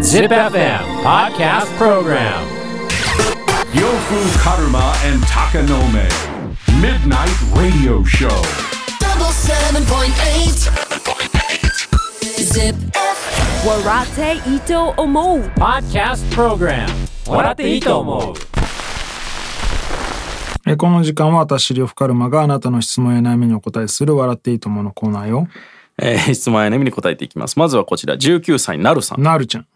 Zip FM Podcast Program Yofu Karuma and Takanome. Midnight Radio Show. double seven point eight. Zip. Warate Ito Omo. Podcast Program 笑っていいと思うえーこの時間は私呂布カルマがあなたの質問や悩みにお答えする笑っていいとものコーナーよえー質問や悩みに答えていきますまずはこちら19歳なるさんなるちゃん、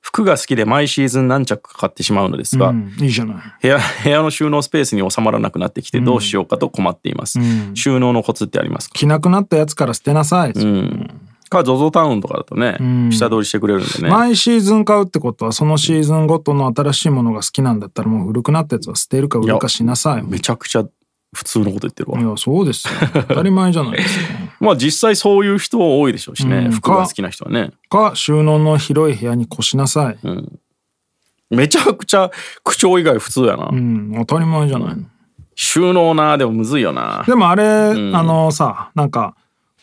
服が好きで毎シーズン何着か買ってしまうのですが、うん、いいじゃない部屋 部屋の収納スペースに収まらなくなってきてどうしようかと困っています、収納のコツってありますか、着なくなったやつから捨てなさい、うん、か ZOZO タウンとかだとね、下取りしてくれるんでね毎シーズン買うってことはそのシーズンごとの新しいものが好きなんだったらもう古くなったやつは捨てるか売るかしなさいめちゃくちゃ普通のこと言ってるわ、いやそうです よ当たり前じゃないですまあ実際そういう人多いでしょうしね、うん服が好きな人はねかか収納の広い部屋に越しなさい、うんめちゃくちゃ口調以外普通やな、当たり前じゃないの収納なでもむずいよなでもあれ、あのさなんか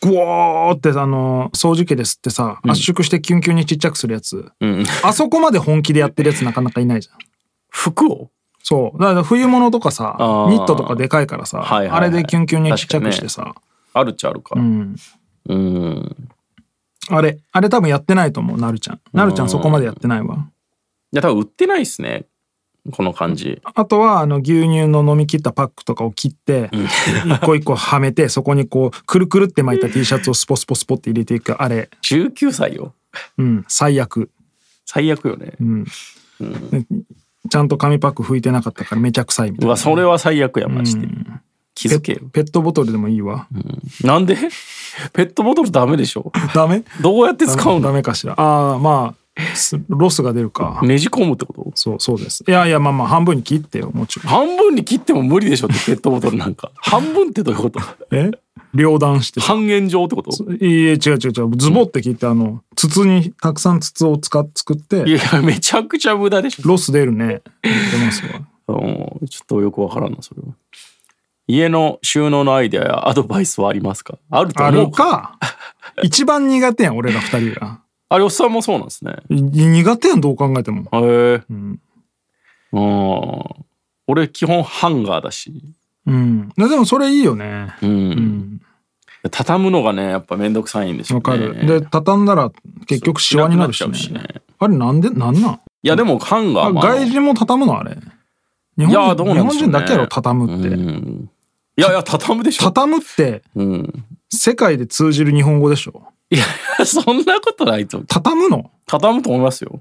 グォーってあの掃除機ですってさ圧縮してキュンキュンにちっちゃくするやつ、んあそこまで本気でやってるやつなかなかいないじゃん服をそうだから冬物とかさあーニットとかでかいからさ、はいはいはいあれでキュンキュンにちっちゃくしてさ、あるっちゃあるかうん、うんあれあれ多分やってないと思うなるちゃんなるちゃんそこまでやってないわいや多分売ってないっすねこの感じあとはあの牛乳の飲み切ったパックとかを切って一個一個はめてそこにこうくるくるって巻いた T シャツをスポスポスポって入れていくあれ19歳ようん最悪最悪よね、ちゃんと紙パック拭いてなかったからめちゃくさいみたういなわそれは最悪やマジで、気づけペよペットボトルでもいいわ、なんでペットボトルダメでしょダメどうやって使うダのメかしらああまあすロスが出るかねじ込むってことそうそうですいやいやまあまあ半分に切ってよもちろん半分に切っても無理でしょってペットボトルなん か半分ってどういうことえ両断して半円状ってこといいえ違う違う違うズボって切ってあの筒にたくさん筒を使っ作っいてやめちゃくちゃ無駄でしロス出るね出ますわょうんちょっとよくわからんなそれは家の収納のアイデアやアドバイスはありますか あるとあ思れうかか一番苦手やん俺ら二人があれおっさんもそうなんですねい苦手やんどう考えてもへえうん俺基本ハンガーだしうんでもそれいいよねうん、畳むのがねやっぱめんどくさいんですよわねかる、で畳んだら結局シワになるし,、そねうしなくなっちゃうしあれなんでなんなんいやでもハンガあーもあの外人も畳むのあれ日い本や人どうなんでしょうね日本人だけやろ畳むって、うんいやいや畳むでしょ畳むってうん 世界で通じる日本語でしょいやいやそんなことないと畳むの畳むと思いますよ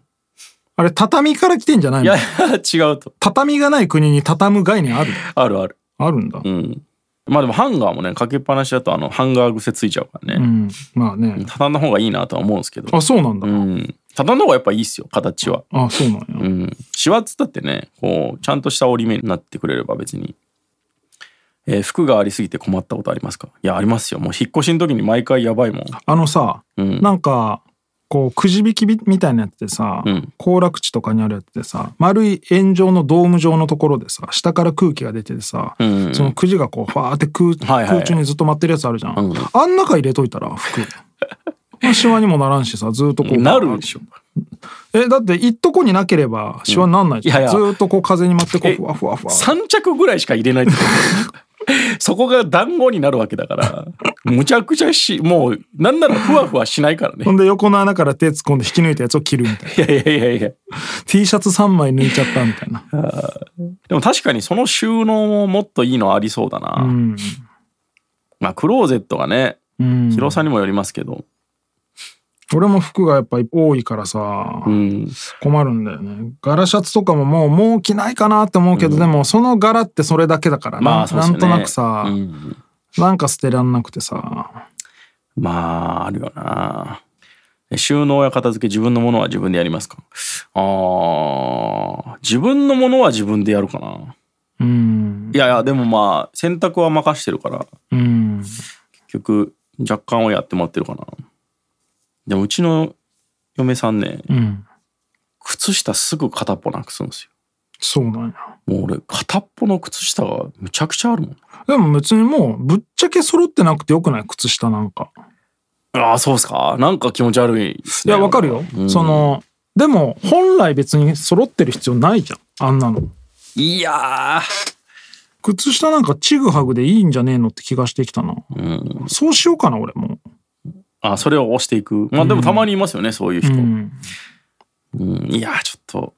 あれ畳から来てんじゃないいのやいや違うと畳がない国に畳む概念あるあるあるあるんだ、うんまあでもハンガーもねかけっぱなしだとあのハンガー癖ついちゃうからうね、ん、まあね畳んだ方がいいなとは思うんですけどあそうなんだ、うん畳んだ方がやっぱいいっすよ形はあそうなんや、うんシワっつったってねこうちゃんとした折り目になってくれれば別に、えー服がありすぎて困ったことありますかいやありますよもう引っ越しの時に毎回やばいもんあのさ、うんなんかこうくじ引きみたいなやつでさうん行、楽地とかにあるやつでさ丸い円状のドーム状のところでさ下から空気が出ててさ、んそのくじがこうファーって空,、はいはい空中にずっと舞ってるやつあるじゃん、うんあん中入れといたら服まあシワにもならんしさずっとこうなるでしょえだって一とこになければシワになんないじゃん、うんいやいやずっとこう風に舞ってこうえふわふわふわ3着ぐらいしか入れないってこと そこが団子になるわけだからむちゃくちゃしもうなんならふわふわしないからほねんで横の穴から手突っ込んで引き抜いたやつを着るみたいないやいやいやいや T シャツ3枚抜いちゃったみたいなでも確かにその収納ももっといいのありそうだな、うん、まあクローゼットがねうん、広さにもよりますけど俺も服がやっぱり多いからさ、うん困るんだよね柄シャツとかももうもう着ないかなって思うけど、でもその柄ってそれだけだからな,、まあそうでなすよんねとなくさ、うんなんか捨てらんなくてさまああるよなえ収納や片付け自分のものは自分でやりますかあー自分のものは自分でやるかなうんいやいやでもまあ洗濯は任してるからうん結局若干はやってもらってるかなでもうちの嫁さんねうん靴下すぐ片っぽなくすんですそうなんやよもう俺片っぽの靴下がむちゃくちゃあるもんでも別にもうぶっちゃけ揃ってなくてよくない靴下なんかああそうっすかなんか気持ち悪いっすいねやわかるよ、そのでも本来別に揃ってる必要ないじゃんあんなのいや靴下なんかチグハグでいいんじゃねえのって気がしてきたな、ーうんそうしようかな俺もあそれを押していくまあでもたまにいますよねそういうう人、うんんいやーちょっとな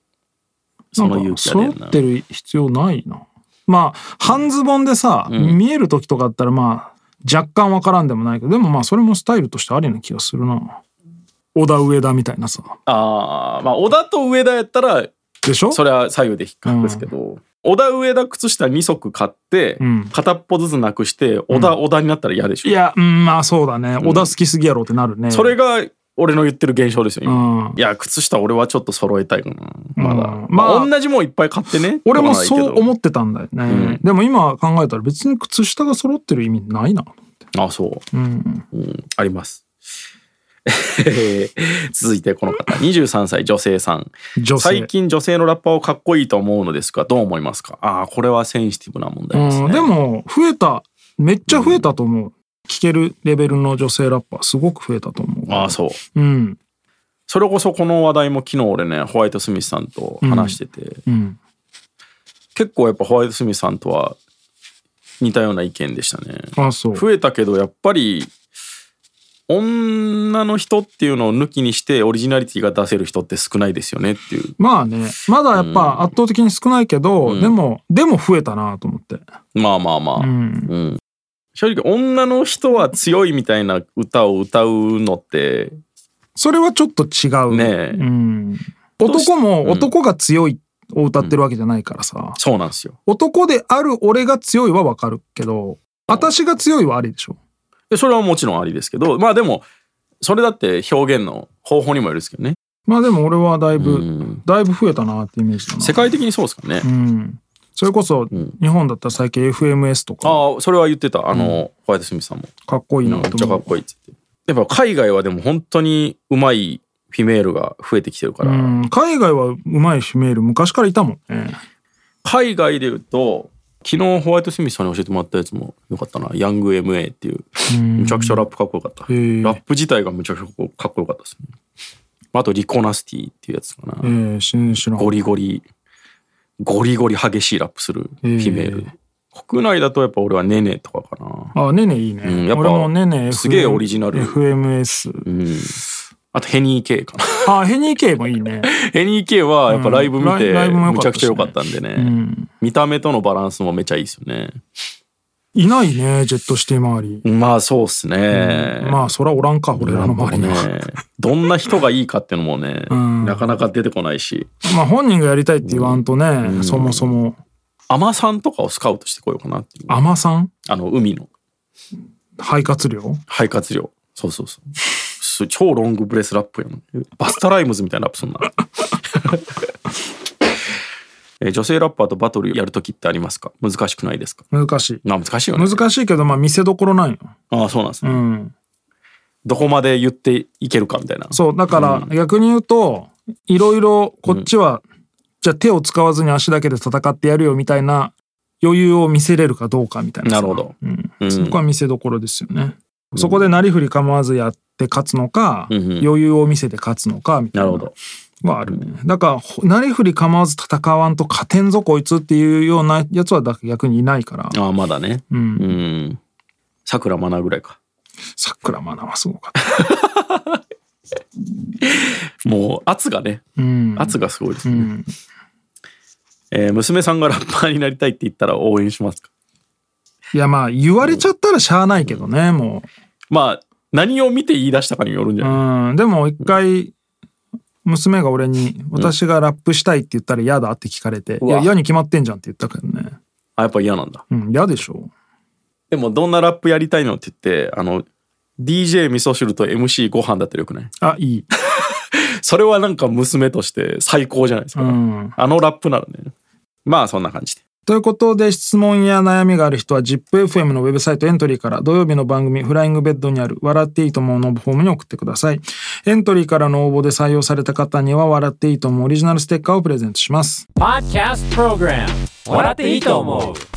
そのん勇か気が出揃るなってる必要ないなまあ半ズボンでさ、ん見える時とかあったらまあ若干わからんでもないけどでもまあそれもスタイルとしてありな気がするな小田上田みたいなさああまあ小田と上田やったらでしょそれは左右で引っかくですけど、小田上田靴下2足買って、うん片っぽずつなくして小田小田になったら嫌でしょ、いやうんまあそうだね小田好きすぎやろってなるね、それが俺の言ってる現象ですよう今、んいや靴下俺はちょっと揃えたいかなまだ、うんまあ、まあ同じもんいっぱい買ってね俺もそう思っってたんだよね、んでも今考えたら別に靴下が揃ってる意味ないなあそううんうん、あります。 続いてこの方23歳女性さん女性最近女性のラッパーをかっこいいと思うのですがどう思いますかああこれはセンシティブな問題ですね、うん、でも増えためっちゃ増えたと思う聴けるレベルの女性ラッパーすごく増えたと思うああそううんそれこそこの話題も昨日俺ねホワイトスミスさんと話してて、うん結構やっぱホワイトスミスさんとは似たような意見でしたねあそう増えたけどやっぱり女の人っていうのを抜きにしてオリジナリティが出せる人って少ないですよねっていうまあねまだやっぱ圧倒的に少ないけど、でもでも増えたなと思ってまあまあまあ、うんうん、正直女の人は強いみたいな歌を歌うのってそれはちょっと違うねえうん、どうし男もうん男が強いを歌ってるわけじゃないからさ、そうなんですよ男である俺が強いはわかるけど私が強いはありでしょでそれはもちろんありですけどまあでもそれだって表現の方法にもよるんですけどね、まあでも俺はだいぶ、うん、だいぶ増えたなってイメージだな世界的にそうですかね、うん、それこそん日本だったら最近 FMS とかああそれは言ってたあの、ホワイトスミスさんもかっこいいめなっちとゃか思っう、こいいっつってやっぱ海外はでも本当にうまいフィメールが増えてきてるから、うん、海外はうまいフィメール昔からいたもんね海外で言うと昨日ホワイトスミスさんに教えてもらったやつもよかったなヤング MA っていうむちゃくちゃラップかっこよかったラへえップ自体がむちゃくちゃかっこよかったですねあとリコナスティっていうやつかえなー、知らん知らんゴリゴリゴリゴリ激しいラップするフィメール国内だとやっぱ俺はネネとかかなあねねいいね、うんやっぱ俺もねねすげえオリジナル FMS うんあとヘニー K かな あヘニー K もいいね、ヘニー K はやっぱライブ見うてんライライブも良むちかゃっくたちしゃね良かったんでねうん、見た目とのバランスもめちゃいいですよねいないねジェットシティ周り、まあそうっすねまあそらおらんか俺らの周りには、ねどんな人がいいかっていうのもねんなかなか出てこないしまあ本人がやりたいって言わんとね、そもそも海女さんとかをスカウトしてこようかなっていう海さんあの海の肺活量肺活量そうそうそうす超ロングブレスラップやんバスタライムズみたいなラップすんな えー女性ラッパーとバトルやるときってありますか難しくないですか難しいあ難しいよね難しいけどまあ見せどころないよ、ああそうなんですうね、ん、どこまで言っていけるかみたいなそう、だから逆に言うと、いろいろこっちは、じゃあ手を使わずに足だけで戦ってやるよみたいな余裕を見せれるかどうかみたいなさ。なるほどうんうんそこは見せどころですよね。そこでなりふり構わずやって勝つのか、うんうん余裕を見せて勝つのかみたいななるほのどはあるね。だからほ、なりふり構わず戦わんと勝てんぞこいつっていうようなやつはだ逆にいないから、ああまだねう。うんんさくらまなぐらいかさくらまなはすごかった。もう圧がねうん。圧がすごいですうね、ん。えー娘さんがラッパーになりたいって言ったら応援しますかいやまあ言われちゃったらしゃあないけどね、もう。まあ何を見て言い出したかによるんじゃない、うん、でも一回娘が俺に「私がラップしたい」って言ったら「嫌だ」って聞かれて「ういわや嫌に決まってんじゃん」って言ったけどねあやっぱ嫌なんだうん嫌でしょでもどんなラップやりたいのって言ってあの DJ 味噌汁と MC ご飯だったらよくないあいい、それはなんか娘として最高じゃないですか、うん、あのラップならねまあそんな感じでということで質問や悩みがある人は ZIPFM のウェブサイトエントリーから土曜日の番組「フライングベッド」にある「笑っていいと思う」のフォームに送ってくださいエントリーからの応募で採用された方には「笑っていいと思う」オリジナルステッカーをプレゼントします Podcast Program 笑っていいと思う